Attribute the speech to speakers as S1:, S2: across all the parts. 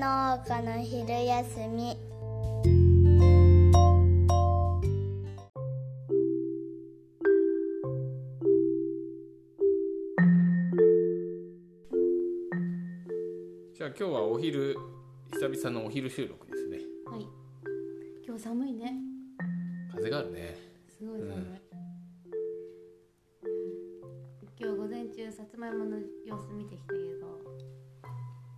S1: 農家の昼休み
S2: じゃあ今日はお昼久々のお昼収録ですね
S3: はい。今日寒いね。
S2: 風があるね
S3: すごい寒い。
S2: うん
S3: 今日午前中さつまいもの様子見てきたけど、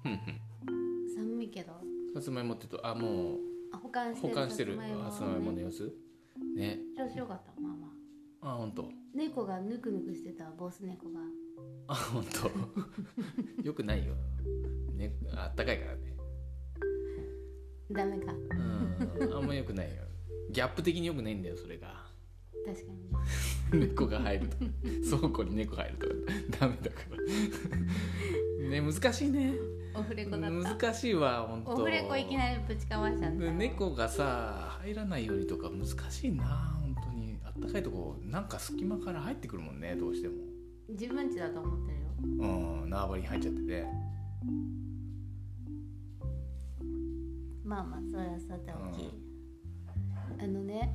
S2: うんうん
S3: 寒いけど、
S2: さつまいもって言うとあもう
S3: あ保管して
S2: 保
S3: る
S2: 管してるさ
S3: さ
S2: つ
S3: つま
S2: ま
S3: い
S2: い
S3: も
S2: もの
S3: をね。
S2: 様子ね
S3: 調子よかったまあまあ。
S2: あ本当
S3: 猫がぬくぬくしてたボス猫が。
S2: あ本当 よくないよねあったかいからね
S3: ダメか。
S2: うんあんまよくないよギャップ的によくないんだよそれが
S3: 確かに。
S2: 猫が入ると倉庫に猫入るとかダメだからね難しいね
S3: オフレコだった。
S2: 難しいわ本当
S3: オフレコいきなりぶちかましちゃった
S2: で
S3: よ。
S2: 猫がさ入らないようにとか難しいな本当にあったかいとこなんか隙間から入ってくるもんねどうしても
S3: 自分家だと思ってるよ。
S2: うん縄張りに入っちゃってて
S3: まあまあそれはさておき、あのね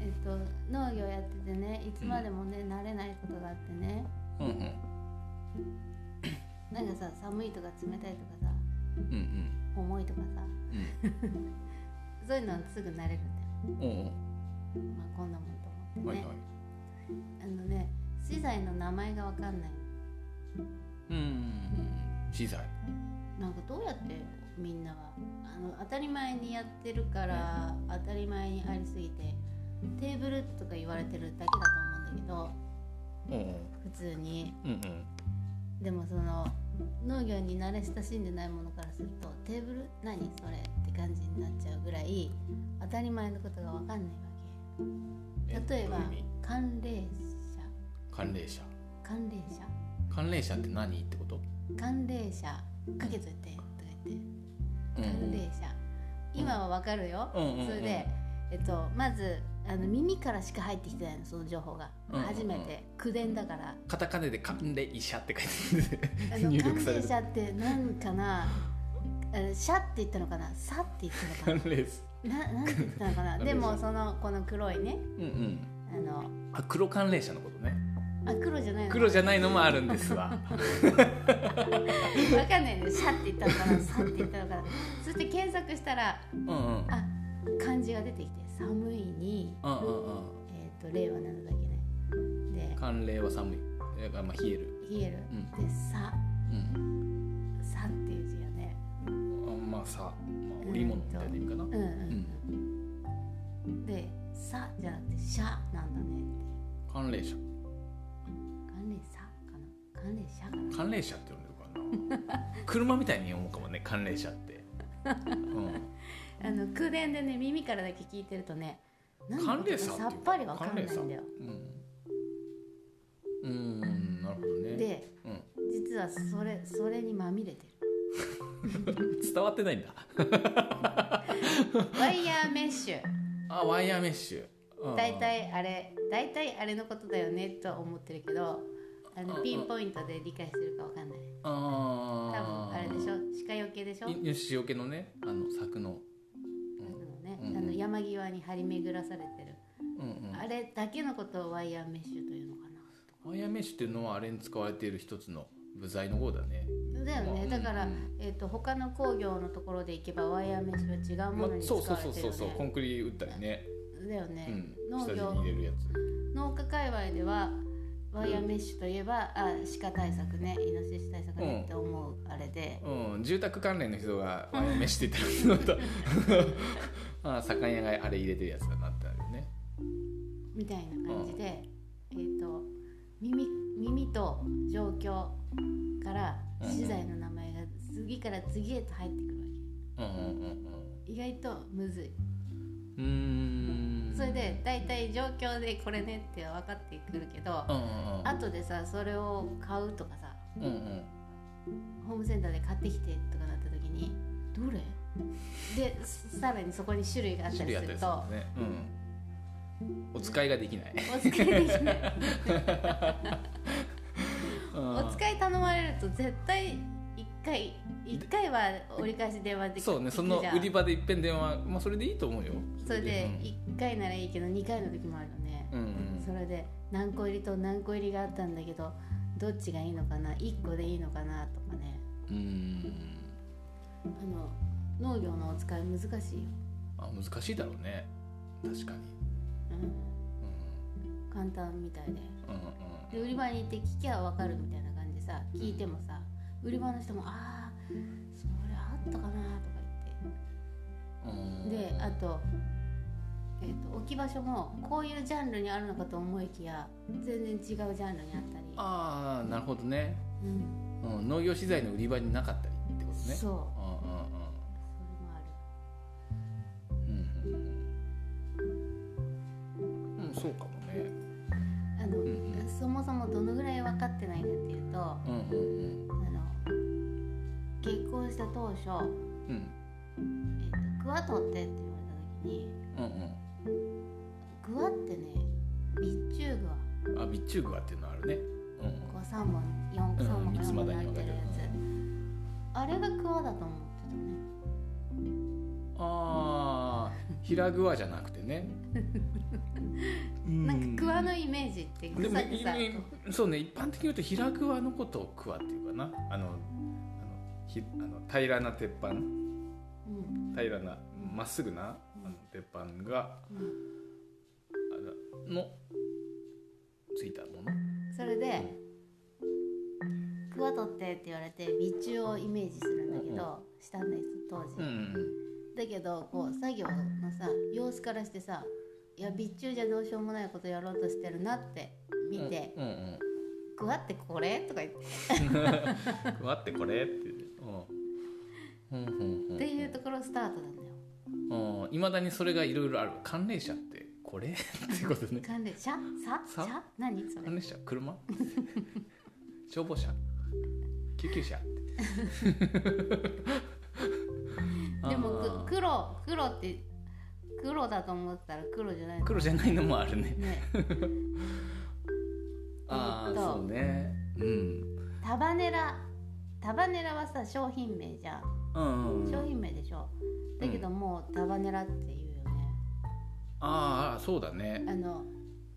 S3: えっと農業やっててねいつまでもね、慣れないことがあってね
S2: うんうん
S3: なんかさ寒いとか冷たいとかさ
S2: うんうん
S3: 重いとかさそういうのはすぐ慣れるん
S2: うんおう
S3: だよまあこんなもんと
S2: おう
S3: 思
S2: は
S3: っ
S2: い
S3: てね、
S2: はい
S3: あのね資材の名前がわかんない
S2: うん資材
S3: なんかどうやってみんなはあの当たり前にやってるから当たり前にありすぎてテーブルとか言われてるだけだと思うんだ
S2: おうおう
S3: けど普通に
S2: うんうん
S3: でもその農業に慣れ親しんでないものからするとテーブル何それって感じになっちゃうぐらい当たり前のことが分かんないわけ例えば
S2: どういう意味
S3: 寒冷車
S2: 寒冷車
S3: 寒冷車
S2: 寒冷車って何ってこと
S3: 寒冷車かけといてとか言って
S2: うん
S3: 寒冷車今は分かるよ、
S2: うんうんうん
S3: それで、えっと、まずあの耳からしか入ってきてないのその情報が、
S2: うんうんうん
S3: 初めて口伝だから
S2: カタカナで寒冷車って書いて
S3: あ
S2: ある
S3: の
S2: 入
S3: 関
S2: 力される
S3: 連者って何かなあのシャって言ったのかなサって言ったの
S2: 寒
S3: か
S2: 冷です
S3: なななんて言ったのかな
S2: 関連者
S3: でもそのこの黒いね
S2: うんうん
S3: あの
S2: あ黒寒冷車のことね
S3: あ黒じゃないの
S2: 黒じゃないのもあるんですわ
S3: わかんないねシャって言ったのかなサって言ったのかなそして検索したら
S2: うんうん
S3: あ漢字が出てきて「寒いに」
S2: うんうんうん
S3: えーと「令和」なのだっけねで
S2: 寒冷は寒いえまあ冷える
S3: 「冷える」
S2: う
S3: で「さ」
S2: うん
S3: 「さ」っていう字がね
S2: あまあさ、まあ、織物みたいな意味かな、
S3: うんうん、うん、で「さ」じゃなくて「しゃ」なんだねっていう。
S2: 寒冷車
S3: 関連者かな関連者かな
S2: 寒冷車って呼んでるかな車みたいに思うかもね寒冷車って、う
S3: あの空伝でね耳からだけ聞いてるとね
S2: ん、
S3: 何
S2: 寒
S3: のこと
S2: 冷車
S3: か
S2: ていう
S3: さっぱりわかんないんだよ
S2: 寒冷車うんうーんなるほどね
S3: で
S2: うん、
S3: 実はそれそれにまみれてる
S2: 伝わってないんだ
S3: ワイヤーメッシュ
S2: あワイヤーメッシュ、うん、
S3: 大体あれ大体あれのことだよねとは思ってるけど
S2: う
S3: あ
S2: んう
S3: の
S2: ん
S3: ピンポイントで理解するかわかんない多
S2: あ
S3: 分あれでし
S2: ょ
S3: ょ鹿よけでしょ
S2: よしよけのねあの柵の、
S3: あのね
S2: うんうん
S3: あの山際に張り巡らされてる
S2: うんうん、
S3: あれだけのことをワイヤーメッシュというのかな
S2: ワイヤーメッシュっていうのはあれに使われている一つの部材の方だね。
S3: だよね、
S2: まあ
S3: だから、
S2: うんうん
S3: えっ、と他の工業のところで行けばワイヤーメッシュは違う
S2: ま
S3: も
S2: あ
S3: のに使
S2: そうそう
S3: われ
S2: そう
S3: てる
S2: そ
S3: よ
S2: うそう、コ
S3: ね。
S2: ンクリ打ったりね、
S3: だよ
S2: う
S3: ね、
S2: ん、
S3: 農
S2: 下地
S3: 業
S2: に入れるや
S3: 農家界隈ではワイヤーメッシュといえば、あ鹿対策ね、イノシシ対策ねって思うあれで
S2: つ。、うん、住宅関連の人 がワイヤーメッシュって言ったら、 ああ、酒屋があれ入れてるやつだなってあるよね。
S3: みたいな感じで、えっ、と耳耳と状況から
S2: うんうん
S3: 資材の名前が次から次へと入ってくるわ
S2: うんうん
S3: け。意外とむずい。
S2: うんうん。うーん。
S3: それで大体状況でこれねって分かってくるけど。
S2: うんうんうん。
S3: 後でさそれを買うとかさ
S2: うんうん。
S3: ホームセンターで買ってきてとかなった時にどれでさらにそこに種類があった
S2: 種
S3: り
S2: 類あった
S3: する
S2: りする
S3: と
S2: んですね。うん。お使いができ ない。
S3: お使いできない
S2: うん
S3: お使い頼まれると絶対一回一回は折り返し電話でき
S2: そうねその
S3: 聞くじゃん
S2: 売り場でいっぺん電話、まあ、それでいいと思うよ
S3: それで
S2: うん
S3: 一回ならいいけど二回の時もあるよね、
S2: うんうん
S3: それで何個入りと何個入りがあったんだけどどっちがいいのかな一個でいいのかなとかね
S2: うん
S3: あの農業のお使い難しいよ、
S2: あ難しいだろうね確かに
S3: うん、
S2: う
S3: 簡単みたいで
S2: んうん
S3: で売り場に行って聞きゃ分かるみたいな感じでさ聞いてもさ売り場の人も「ああそれあったかな」とか
S2: うんうん
S3: 言ってであと,、えー、と置き場所もこういうジャンルにあるのかと思いきや全然違うジャンルにあったり、
S2: ああなるほどね、
S3: うん
S2: うん、農業資材の売り場になかったりってことね
S3: そう
S2: うん
S3: それもある
S2: うんうんうんうんうんそうかもね
S3: あ
S2: ん
S3: の、
S2: うん
S3: そもそもどのぐらい分かってないかっていうとあ
S2: うんうん
S3: の結婚した当初、
S2: うんうん
S3: えー、とクワ取ってって言われた時に
S2: うん
S3: グワってね備中グワ
S2: うんあ備中具はっていうのあるねうん
S3: こう3本4
S2: うん
S3: 3本
S2: 三
S3: か
S2: つ
S3: 4
S2: ま
S3: 本
S2: だ
S3: にな
S2: に
S3: っ
S2: 分か
S3: て
S2: れ
S3: る
S2: る
S3: やつ、あれがクワだと思ってたね
S2: ああ平具はじゃなくてね
S3: なんかクワのイメージって
S2: で
S3: グ
S2: も
S3: サ
S2: い
S3: グサと
S2: いそうね一般的に言うと平くわのことをくわっていうかなあのあのひあの平らな鉄板
S3: うん
S2: 平らなまっすぐなあの鉄板が
S3: うん
S2: あののついたもの
S3: それでクワ取ってって言われて備中をイメージするんだけど、したんです当時、
S2: うん
S3: だけどこう作業のさ様子からしてさいや備中じゃどうしようもないことやろうとしてるなって見
S2: うんうん
S3: て
S2: うんうん
S3: 「クワってこれ?」とか言って
S2: くわってこれってうんうんうんうん
S3: っていうところスタートなんだよ
S2: いまだにそれがいろいろある関連車ってこれ ってことね
S3: 関連車さ
S2: さ
S3: 車何それ
S2: 関連車車 消防車救急車って
S3: でも
S2: あー
S3: く黒黒って黒だと思ったら黒じゃないの
S2: 黒じゃないのもあるね
S3: ね
S2: ああ
S3: えっと
S2: そうねうん
S3: タバネラタバネラはさ商品名じゃん
S2: うんうんう
S3: 商
S2: ん
S3: 品名でしょだけどもうタバネラっていうよね
S2: ああそうだね
S3: あの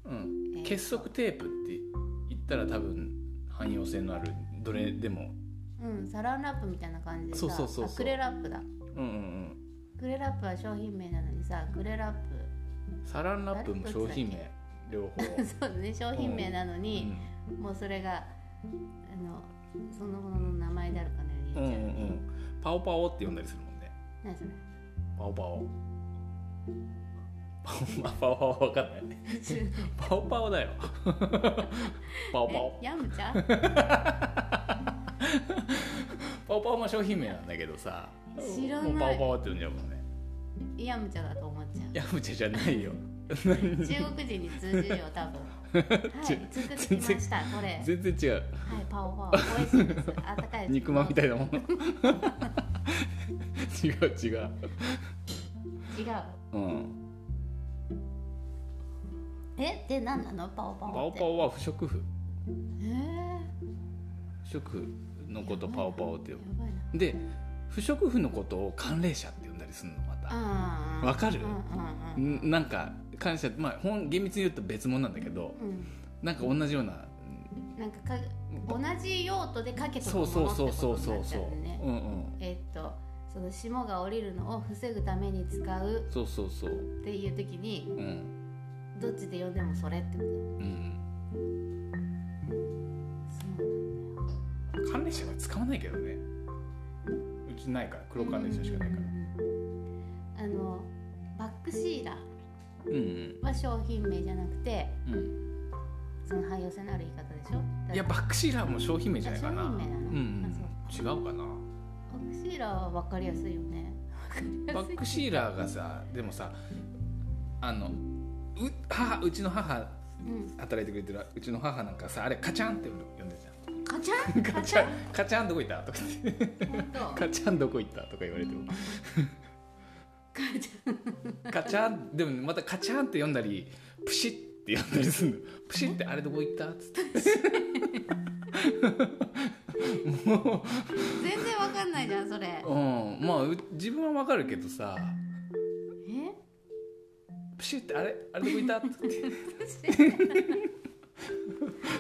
S2: うん
S3: えー
S2: 結束テープって言ったら多分汎用性のあるどれでも
S3: うんサランラップみたいな感じでさ
S2: そうそうそうそう
S3: あクレラップだ
S2: うんうん
S3: クレラップは商品名なのにさクレラッ
S2: うんサランラップも商品名両 方
S3: プ そうだね商品名なのに、もうそれがあのそのものの名前であるかのよ
S2: う
S3: うに
S2: んう
S3: 言
S2: ん
S3: っ
S2: う
S3: ち
S2: ん
S3: ゃうよね、
S2: うんパオパオって呼んだりするもんね
S3: 何それ
S2: パオパオ パオパオパオわかんないね パオパオだよパオパオ
S3: えヤムチャ
S2: パオパオも商品名なんだけどさ
S3: 知らない
S2: もうパオパオって呼んじゃうもんね
S3: ヤムチャだと思っちゃう
S2: ヤムチャじゃないよ
S3: 中国人に通じるよ多 分はい作ってきましたこれ
S2: 全然違う
S3: はいパオパオ美味しいですあったかいです
S2: 肉まんみ たいなもの違う違う
S3: 違う
S2: うん
S3: えで何なのパオパ
S2: パ
S3: オ
S2: オ
S3: って
S2: パオは不織布
S3: へえ
S2: 不織布のことパオパオって
S3: や
S2: 呼
S3: ばいな
S2: ぶで不織布のことを寒冷車って呼んだりするのまた
S3: ああ
S2: わかる
S3: うんうんうん
S2: んなんか感謝まあ本厳密に言うと別物なんだけど
S3: うん
S2: なんか同じような
S3: なんかか同じ用途でかけとく
S2: そ
S3: も
S2: うそ
S3: の
S2: う
S3: って
S2: そ
S3: こ
S2: うそ
S3: と
S2: うそう
S3: になっち
S2: そ
S3: ゃ
S2: う
S3: うね
S2: うんうん
S3: えっとその霜が降りるのを防ぐために使う
S2: そうそうそう
S3: っていう時に
S2: うん
S3: どっちで呼んでもそれってこと
S2: うん
S3: そう
S2: 寒冷車は使わないけどねうちないから黒寒冷車しかないから
S3: あのバックシーラ
S2: うんうん
S3: ーは商品名じゃなくて
S2: うん
S3: その汎用性のある言い方でしょ
S2: いやバックシーラーも商品名じゃないかな。
S3: あ商品名な
S2: うん、
S3: の
S2: うん、違うかな。
S3: バックシーラーは分かりやすいよね
S2: バックシーラーがさ、でもさ、あのう母うちの母
S3: うん
S2: 働いてくれてるうちの母なんかさ、あれカチャンって呼んでたじ
S3: カチャン
S2: ゃん。カチャン、カチャンどこ行ったとか言って、
S3: ほんとカ
S2: カチャンどこ行ったとか言われても、
S3: チャン
S2: カチャンでもまたカチャンって呼んだり、プシって呼んだりするの。プシってあれどこ行ったっつって。
S3: 全然
S2: う自分はわかるけどさ
S3: え
S2: プシュってあれあれどこいたって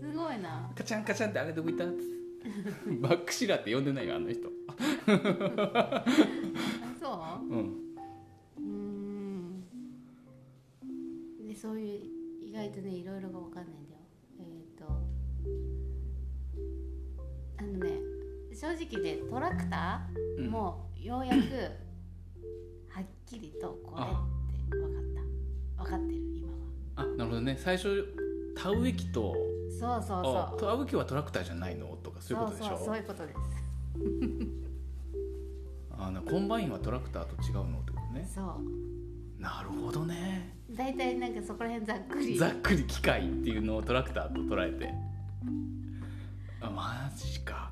S3: すごいな
S2: カチャンカチャンってあれどこいたってバックシラーって呼んでないよあの人
S3: あそう
S2: うん
S3: うーんでそういう意外とねいろいろが分かんないんだよえっ、とあのね正直でトラクタ
S2: うん
S3: ーもようやくはっきりとこれって分かった分かってる今は
S2: あなるほどね最初田植え機と
S3: そうそう
S2: あ
S3: そう
S2: 田植え機はトラクターじゃないのとかそういうことでし
S3: そ
S2: ょ
S3: うそうそういうことです
S2: あのコンバインはトラクターと違うのってことね
S3: そう
S2: なるほどね
S3: 大体なんかそこら辺ざっくり
S2: ざっくり機械っていうのをトラクターと捉えてあマジか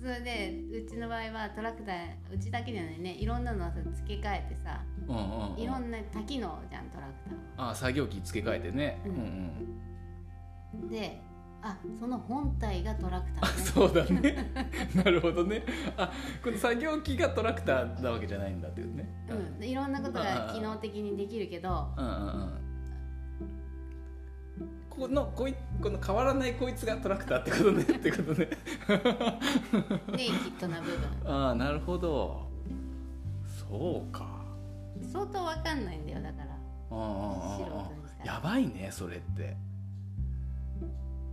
S3: それでうちの場合はトラクターうちだけじゃないねいろんなのをさ付け替えてさ
S2: うんうん、うん、
S3: いろんな多機能じゃんトラクターは。
S2: あ作業機付け替えてね、う
S3: うんん
S2: うん
S3: であその本体がトラクタ
S2: あ
S3: ーね
S2: そうだね なるほどねあこの作業機がトラクターなわけじゃないんだっていうね、
S3: うん、でいろんなことが機能的にできるけど
S2: うんうんうんこのこいこの変わらないこいつがトラクターってことねってことね
S3: でヒットな部分
S2: ああなるほどそうか
S3: 相当わかんないんだよだから
S2: うんうんうんうん
S3: 素人にしたら
S2: やばいねそれって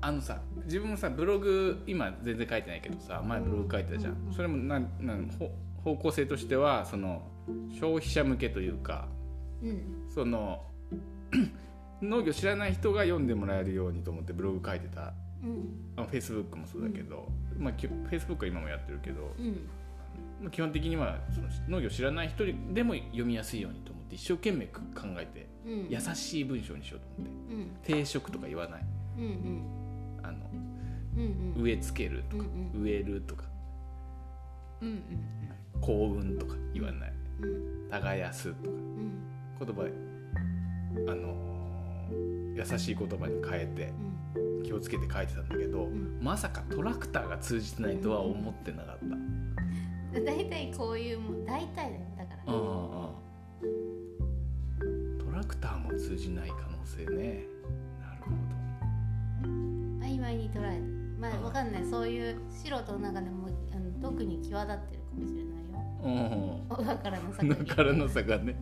S2: あのさ自分もさブログ今全然書いてないけどさ前ブログ書いてたじゃんそれもなんなんほ方向性としてはその消費者向けというか
S3: うん
S2: その 農業知らない人が読んでもらえるようにと思ってブログ書いてた
S3: うん
S2: フェイスブックもそうだけど、まあ、フェイスブックは今もやってるけど、
S3: うん
S2: まあ基本的にはその農業知らない人でも読みやすいようにと思って一生懸命考えて
S3: うん
S2: 優しい文章にしようと思って
S3: うん
S2: 定食とか言わない
S3: うんうん
S2: あの
S3: うんうん
S2: 植え付けると
S3: うんう
S2: か
S3: ん
S2: 植えるとか
S3: うんうん
S2: 幸運とか言わない
S3: うん
S2: 耕すとか
S3: うん
S2: 言葉あのー優しい言葉に変えて気をつけて書いてたんだけど、
S3: ん
S2: まさかトラクターが通じてないとは思ってなかった。
S3: うん大体こういうもん大体だよだから
S2: うんうんトラクターも通じない可能性ねなるほ
S3: 曖昧に捉えるまあわかんないそういう素人の中でもあの特に際立ってるかもしれないよ
S2: どうん
S3: おだからの
S2: う
S3: 作
S2: んだ
S3: 品
S2: からの差がね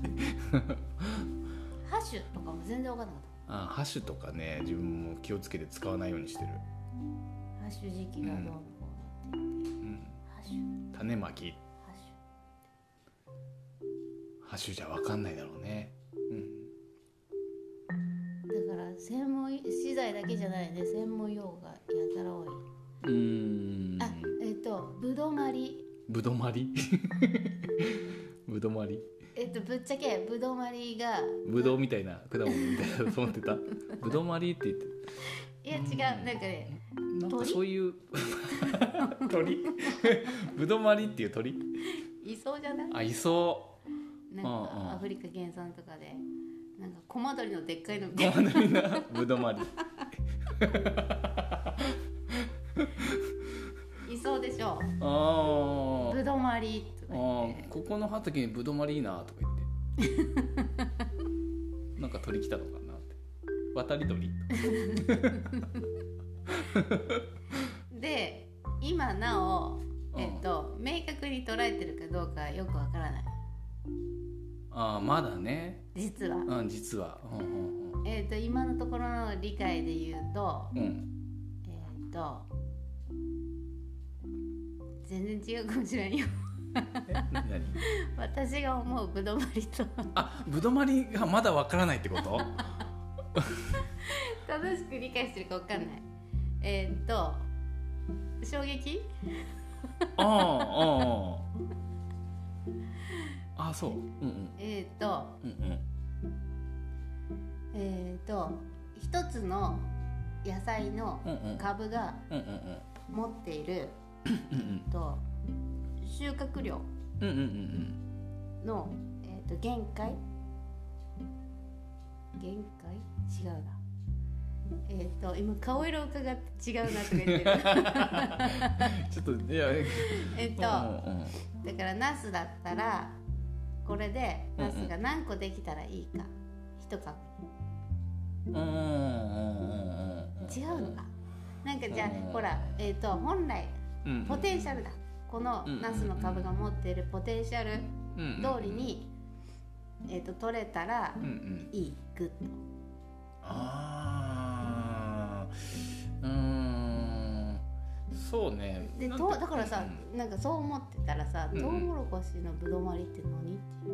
S3: ハッシュとかも全然わかんなかっ
S2: あハッシュとかね自分も気をつけて使わないようにしてる、
S3: たハッシュ時期がどうのこうのって
S2: うん、
S3: ハッシュ
S2: 種まき
S3: ハッシュ
S2: ハッシュじゃ分かんないだろうねうん
S3: だから専門資材だけじゃないね専門用語がやたら多い、
S2: うん
S3: あえっ、とぶどまり
S2: ぶどまり ぶどまり
S3: えっ、とぶっちゃけぶどまりが
S2: ぶどうみたいな果物みたいなと思って たぶどまりって言って
S3: いや違うなんかね
S2: なんかそういう 鳥 ぶどまりっていう鳥
S3: いそうじゃない
S2: あいそ
S3: なん
S2: うんうん
S3: かアフリカ原産とかでなんかコマドリのでっかい のみ
S2: う
S3: たい
S2: こ
S3: な
S2: んなみんなぶどまり
S3: いそうでしょ
S2: あー
S3: ぶどまりと
S2: あ
S3: か言って
S2: ーここの畑にぶどまりいいなとか言 ってなんか鳥来たのかなって渡り鳥
S3: で今なお
S2: うん
S3: えっと、明確に捉えてるかどうかよくわからない
S2: ああまだね
S3: 実は
S2: うん実はうん
S3: えー、と今のところの理解で言うと,、
S2: うんうん
S3: えー、と全然違うかもしれんよ
S2: え何
S3: 私が思うぶどまりと
S2: あぶどまりがまだわからないってこと
S3: 正しく理解してるか分かんないえっ、と衝撃
S2: ああああそううん
S3: えっ、と
S2: うんうんうん
S3: えっ、と一つの野菜の
S2: うんうん
S3: 株が
S2: うんうんうん
S3: 持っている、
S2: うん
S3: と収穫量
S2: うんうんうん
S3: の、えー、と限界限界違うなえっ、と今顔色を伺って違うなとか言って る
S2: ちょっといや
S3: えっと
S2: うん
S3: だからナスだったらこれでナスが何個できたらいいか一株
S2: うんうんうん
S3: に違うのかなんかじゃ
S2: うん
S3: あほらえっ、と本来
S2: うん
S3: ポテンシャルだこのナスの株が持っているポテンシャル通りに、えっと取れたら
S2: うんうん
S3: いいグッド
S2: ああうーんそうね
S3: で
S2: なん
S3: とだからさ
S2: う
S3: なんかそう思ってたらさ
S2: うん
S3: トウモロコシのぶどまりって何っていう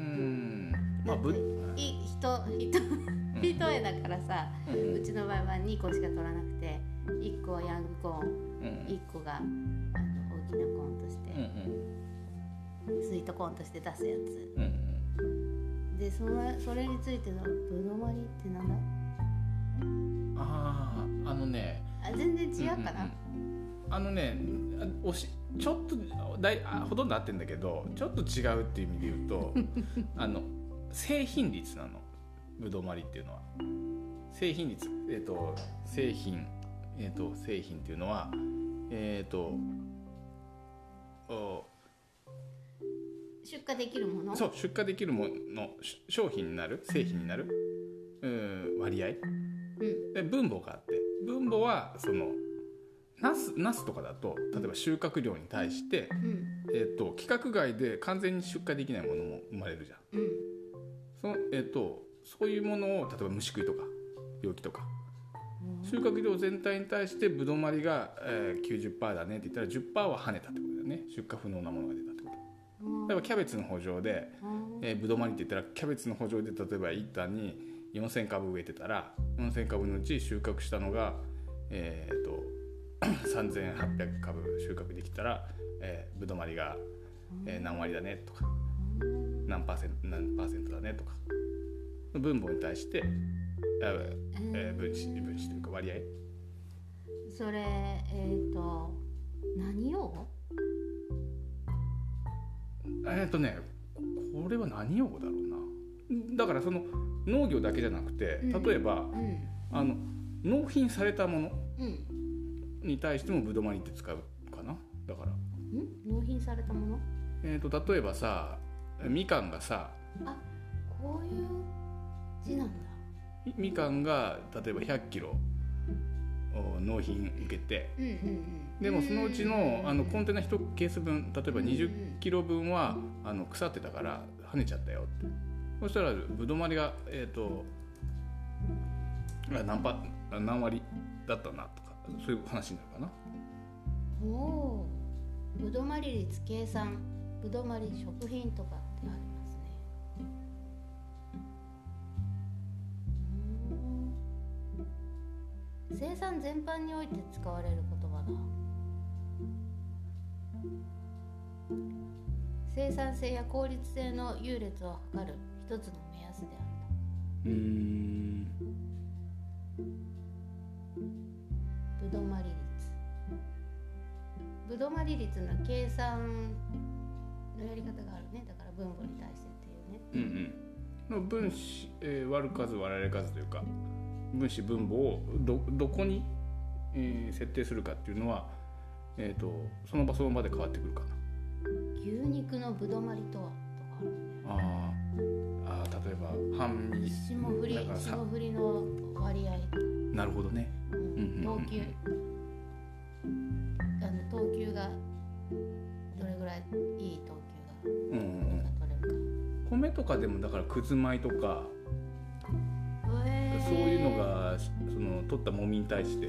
S3: ん
S2: ま
S3: だ
S2: あ
S3: って
S2: ぶ
S3: い人人
S2: うん
S3: 一重だからさ
S2: う
S3: うんちの場合は2個しか取らなくて1個はヤングコーン
S2: うん
S3: 1個があの大きなコーンとして
S2: うんうん
S3: スイートコーンとして出すやつ
S2: うんうん
S3: でそのそれについてのぶどまりってなんだ
S2: あああのね
S3: あ全然違うかな、
S2: うんうんうんあのねあおしちょっとだいあほとんど合ってんだけどちょっと違うっていう意味で言うとあの製品率なのぶどまりっていうのは製品率えっ、と製品えっ、と製品っていうのはえっ、とお
S3: 出荷できるもの
S2: そう出荷できるものし商品になる製品になるうん割合
S3: うん
S2: で分母があって分母はそのナスナスとかだと例えば収穫量に対して、
S3: うん
S2: えっと規格外で完全に出荷できないものも生まれるじゃん
S3: うん
S2: その、えっとそういうものを例えば虫食いとか病気とか収穫量全体に対してぶどまりが、えー、90%だねって言ったら10%は跳ねたってことだよね出荷不能なものが出たってこと
S3: うん
S2: 例えばキャベツの補助で、えー、ぶどまりって言ったらキャベツの補助で例えば一旦に4,000株植えてたら4,000株のうち収穫したのがえー、と 3,800株収穫できたら、えー、ぶどまりが、えー何割だねとか何パーセント何パーセントだねとか分母に対して、あえー分子分子というか割合
S3: それえっ、と何を
S2: えっ、とねこれは何用語だろうなだからその農業だけじゃなくて
S3: うん
S2: 例えば、
S3: うん
S2: あの納品されたもの
S3: うん
S2: に対してもぶどまりって使うかなだから、
S3: ん納品されたもの
S2: えー、と例えばさみかんがさ
S3: あこういう字なんだ
S2: みみかんが例えば1 0 0キロお納品受けて
S3: うんうんうん
S2: でもそのうちのあのコンテナ1ケース分例えば
S3: うん
S2: 2 0キロ分はあの腐ってたから跳ねちゃったよってそしたらぶどまりがえっ、とあ何パあ何割だったなとかそういう話になるかな。
S3: おおーぶどまり率計算ぶどまり食品とかってありますねうーん生産全般において使われる言葉だ生産性や効率性の優劣を測る一つの目安である
S2: うーん
S3: ぶどまり率ぶどまり率の計算のやり方があるねだから分母に対してっていうね
S2: うんうん、の分子、えー割る数割られる数というか分子分母をどどこに、えー設定するかっていうのは、えー、とその場その場で変わってくるかな。
S3: 牛肉のぶどまりとはとかあるね
S2: あーあー例えば半身
S3: 霜降り
S2: だからさ
S3: 霜降りの割合、
S2: なるほどね。
S3: う
S2: うん
S3: ん、
S2: うんうん
S3: 等級あの等級がどれぐらいいい等級
S2: うんうん
S3: が取れる
S2: うん、米とかでもだからくず米とか
S3: か、へー
S2: そういうのがその取ったもみに対して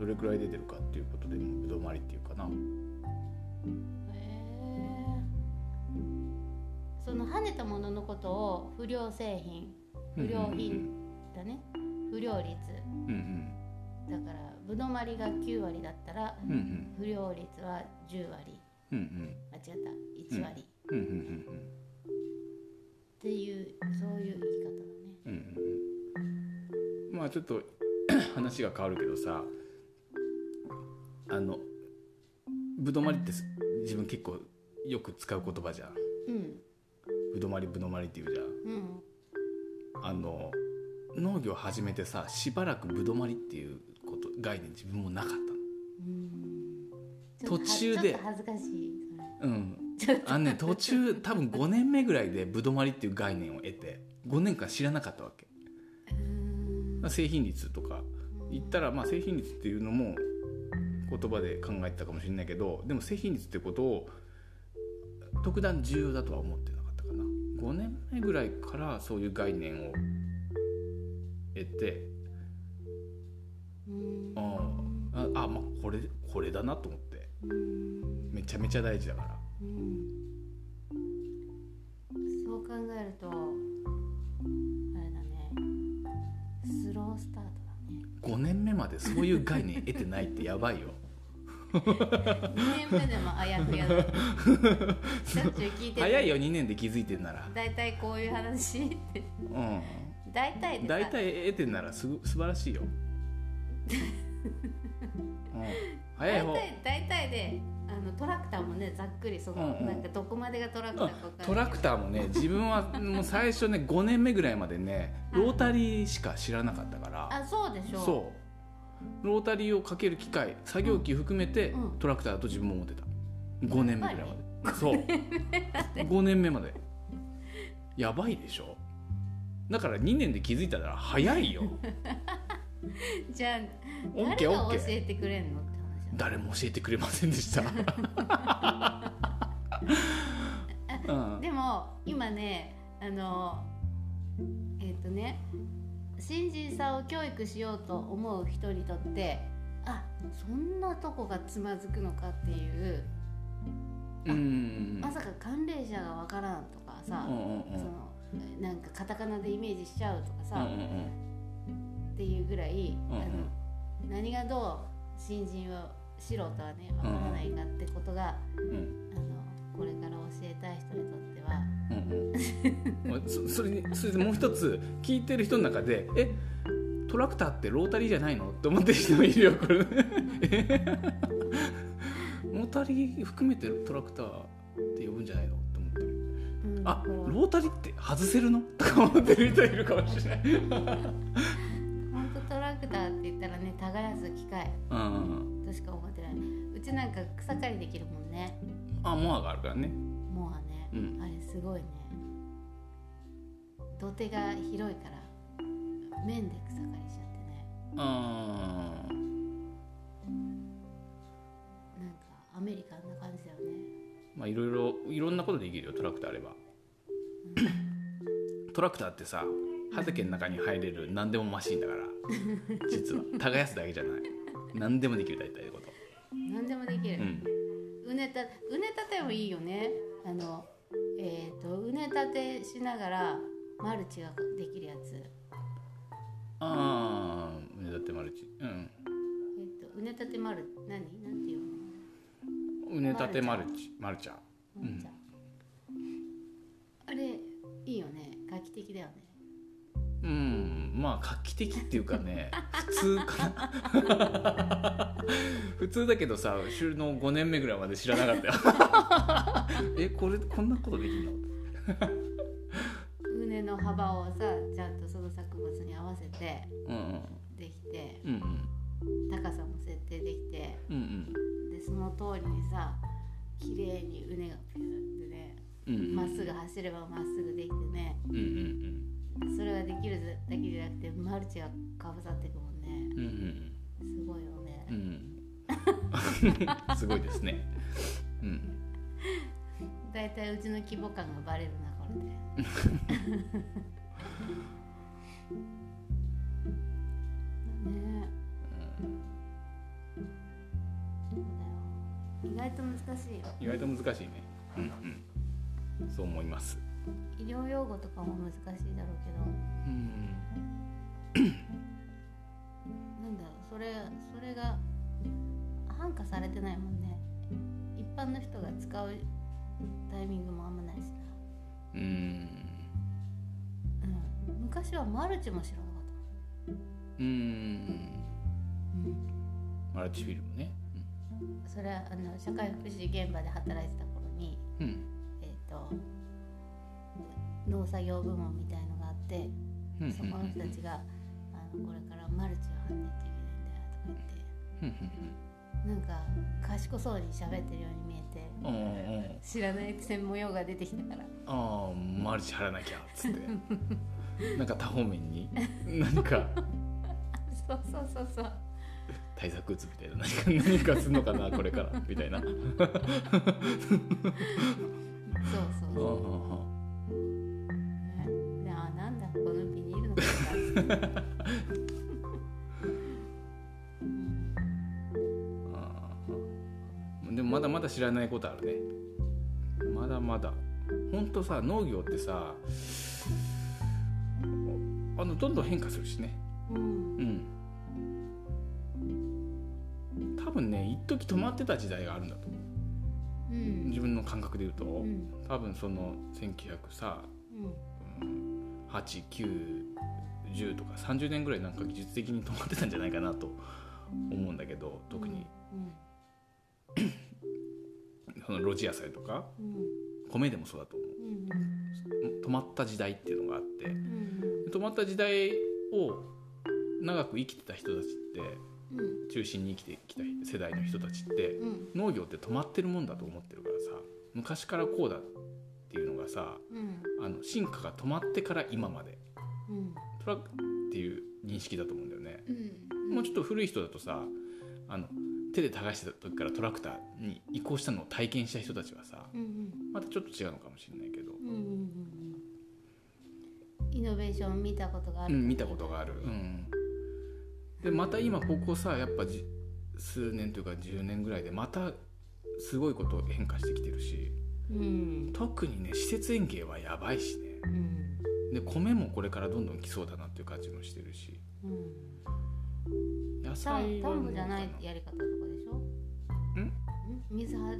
S2: どれくらい出てるかっていうことでぶどまりっていうかな。
S3: へーその跳ねたもののことを不良製品不良品だね不良率
S2: うんうん
S3: だからぶどまりが9割だったら
S2: うんうん
S3: 不良率は10割
S2: うんうん
S3: 間違った1割、っ
S2: うんうんうんうんうん
S3: ていうそういう言い方だね
S2: うんうんうんまあちょっと 話が変わるけどさあのぶどまりってす自分結構よく使う言葉じゃんぶどまりぶどまりって言うじ
S3: うんうん
S2: ゃんあの農業始めてさしばらくぶどまりっていうこと概念自分もなかった
S3: うんちょっと
S2: 途中で
S3: はちょっと恥ずかしいそれ
S2: のうんあのね途中多分5年目ぐらいでぶどまりっていう概念を得て5年間知らなかったわけ
S3: うん
S2: まあ製品率とか言ったらまあ製品率っていうのも言葉で考えてたかもしれないけどでも製品率ってことを特段重要だとは思ってなかったかな5年目ぐらいからそういう概念を得て
S3: うん
S2: あああまあこれこれだなと思ってめちゃめちゃ大事だから
S3: うんそう考えるとあれだねスロースタート
S2: 5年目までそういう概念得てないってやば いよ
S3: だね2年目でもあやふやだしょっちゅう聞いて
S2: 早いよ2年で気づいてんなら
S3: 大体こういう話って
S2: う
S3: 大体
S2: ん
S3: で
S2: 大
S3: さ
S2: 体得てんならすぐ素晴らし いよ、うん、早い
S3: 大
S2: 方
S3: 体大体であのトラクターもねざっくりその、
S2: うんうん
S3: なんかどこまでがトラクターか分かんない
S2: トラクターもね自分はもう最初ね5年 目ぐらいまでねロータリーしか知らなかったから
S3: あそうでしょ
S2: そうロータリーをかける機械作業機含めて
S3: うん
S2: トラクターだと自分も思ってた5年目ぐらいまでそう5年目までやばいでしょだから2年で気づいたら早 いよ
S3: じゃあ
S2: オッケ
S3: 誰
S2: ー
S3: が
S2: オッ
S3: 教
S2: ケー
S3: えてくれんのって話だ
S2: 誰も教えてくれませんで した。うん、
S3: でも今ねあのえっ、とね新人さんを教育しようと思う人にとってあそんなとこがつまずくのかってい
S2: う
S3: う、
S2: ん、
S3: まさか寒冷者がわからんとかさ、
S2: うんうんうん
S3: そのなんかカタカナでイメージしちゃうとか
S2: うんうん
S3: さ、っていうぐらい、
S2: うんうん
S3: あの何がどう新人を素人はねわからないかってことが、
S2: うん
S3: あのこれから教えたい人にとっては
S2: うんうんそそれにそれでもう一つ聞いてる人の中で「えトラクターってロータリーじゃないの?」って思ってる人もいるよこれ モータリー含めてトラクターって呼ぶんじゃないのって思ってる
S3: うん
S2: あ
S3: こう
S2: ロータリーって外せるの とか思ってる人いるかもしれない
S3: 本当トラクターって言ったらね耕す機械
S2: うん
S3: としか思ってないうちなんか草刈りできるもんね
S2: あモアがあるからね
S3: モアね、
S2: うん
S3: あれすごいね土手が広いから面で草刈りしちゃってね
S2: あー
S3: なんかアメリカンな感じだよね
S2: まあいろいろいろんなことできるよトラクターあれ ばトラクターってさ畑の中に入れる何でもマシンだから実は耕すだけじゃない何でもできる大体のこと
S3: 何でもできる、
S2: うん
S3: うねたうねたてもいいよねあのえっ、とうねたてしながらマルチができるやつ
S2: ああだってマルチうん
S3: えっ、とうねたてマル何なんていうの
S2: うねたてマルチマルちゃん
S3: もんちゃんあれいいよね画期的だよね
S2: うんまあ画期的っていうか ね普通かな 普通だけどさ収納5年目ぐらいまで知らなかったよ えこれこんなことできるの
S3: 畝の幅をさちゃんとその作物に合わせて
S2: うん
S3: できて
S2: うんうん
S3: 高さも設定できて
S2: うんうん
S3: でその通りにさ綺麗に畝がピューってね
S2: うんうん
S3: まっすぐ走ればまっすぐできてね
S2: うんうん
S3: それができるだけじゃなくてマルチがかぶさっていくもんね
S2: うんうん
S3: すごいよね
S2: うんうんすごいですねうん
S3: だいたいうちの規模感がバレるなこれで ねそうだよ意外と難しい
S2: 意
S3: よ
S2: 外と難しいねうんうんそう思います
S3: 医療用語とかも難しいだろうけど
S2: うん
S3: なんだろうそれそれが繁華されてないもんね一般の人が使うタイミングもあんまないし
S2: うん
S3: な、うん、昔はマルチも知らなかっ
S2: うん
S3: た、う
S2: マ
S3: ん、
S2: ルチフィルムね
S3: それはあの社会福祉現場で働いてた頃に
S2: うん
S3: えっ、と農作業部門みたいのがあって
S2: うんうんうん
S3: そこの人たちが「あのこれからマルチを張んなきゃいけない
S2: うん
S3: んだよ」とか言ってなんか賢そうに喋ってるように見えて
S2: うんうんうんうん
S3: 知らない専門用語が出てきたから
S2: ああマルチ張らなきゃっつってなんか多方面に何か
S3: そうそうそうそう
S2: 対策打つみたいな何か何かするのかなこれからみたいな。
S3: そうそう
S2: あ
S3: そうねであなんだこのビニールのことか
S2: あああでもまだまだ知らないことあるねまだまだほんとさ農業ってさああのどんどん変化するしね
S3: うん
S2: うん多分ね一時止まってた時代があるんだと思
S3: う
S2: うん自分の感覚で言うと、
S3: うん
S2: 多分その1900さ
S3: うん
S2: 8910とか30年ぐらいなんか技術的に止まってたんじゃないかなと思うんだけど特に
S3: うん
S2: その露地野菜とか
S3: うん
S2: 米でもそうだと思
S3: うん
S2: う止まった時代っていうのがあって
S3: うん
S2: 止まった時代を長く生きてた人たちっ
S3: うんうん
S2: て中心に生きてきた世代の人たちって
S3: うん
S2: 農業って止まってるもんだと思ってるからさ昔からこうだっていうのがさ
S3: うん
S2: あの進化が止まってから今まで
S3: うん
S2: それはっていう認識だと思うんだよね。
S3: うん
S2: もうちょっと古い人だとさあの手で耕してた時からトラクターに移行したのを体験した人たちはさ
S3: うんうん
S2: またちょっと違うのかもしれないけど、
S3: うんうんうんイノベーション見たことがあ
S2: う
S3: る
S2: ん、見たことがある。うん、でまた今ここさやっぱじ数年というか10年ぐらいでまたすごいこと変化してきてるし
S3: うん
S2: 特にね施設園芸はやばいしね
S3: うん
S2: で米もこれからどんどん来そうだなっていう感じもしてるし
S3: うん
S2: 野
S3: 田
S2: 菜は
S3: んぼ
S2: どう
S3: じゃ
S2: か
S3: ないやり方とかでしょ
S2: ん
S3: 水は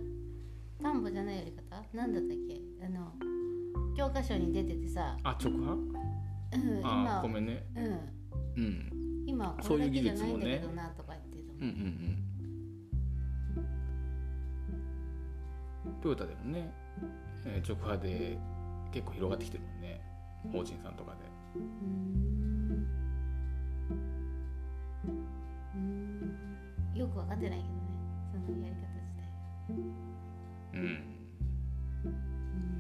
S3: 田んぼじゃないやり方なんだったっけあの教科書に出ててさ、
S2: あ直販
S3: うん、
S2: あ
S3: 今
S2: 米ね
S3: うん
S2: うん
S3: 今は
S2: そ
S3: こ
S2: うい
S3: れ
S2: う
S3: だけ
S2: 技
S3: じゃな
S2: 術
S3: い
S2: も
S3: ん
S2: ね
S3: だけどなとか言って
S2: う
S3: た
S2: ん
S3: もん
S2: うんうんトヨタでもね、えー直派で結構広がってきてるもんね法人さんとかで
S3: うんうんよく分かってないけどねそのやり方自
S2: う
S3: 体
S2: ん
S3: う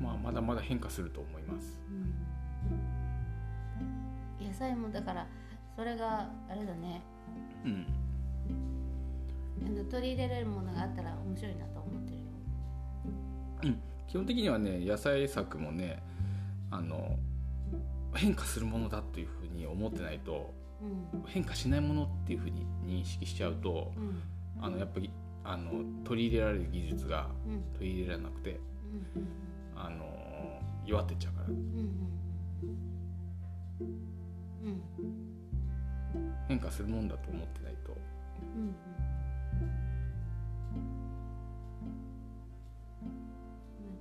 S3: ん
S2: まあまだまだ変化すると思います
S3: うん野菜もだからそれがあれだね
S2: うん
S3: あの取り入れられるものがあったら面白いなと思ってるよ。
S2: 基本的にはね野菜作もねあの変化するものだというふうに思ってないと
S3: うん
S2: 変化しないものっていうふうに認識しちゃうと
S3: うん
S2: あのやっぱりあの取り入れられる技術が
S3: うん
S2: 取り入れられなくて
S3: うん
S2: あの弱ってっちゃうから
S3: うんうんうん
S2: 変化するもんだと思ってないと
S3: うん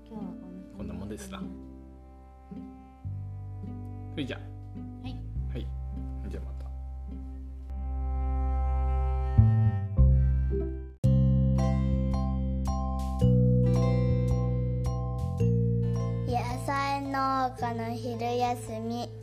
S3: 今日は
S2: こんなもんですなそれじゃ
S3: はい
S2: あはいじゃあまた。
S1: 野菜農家の昼休み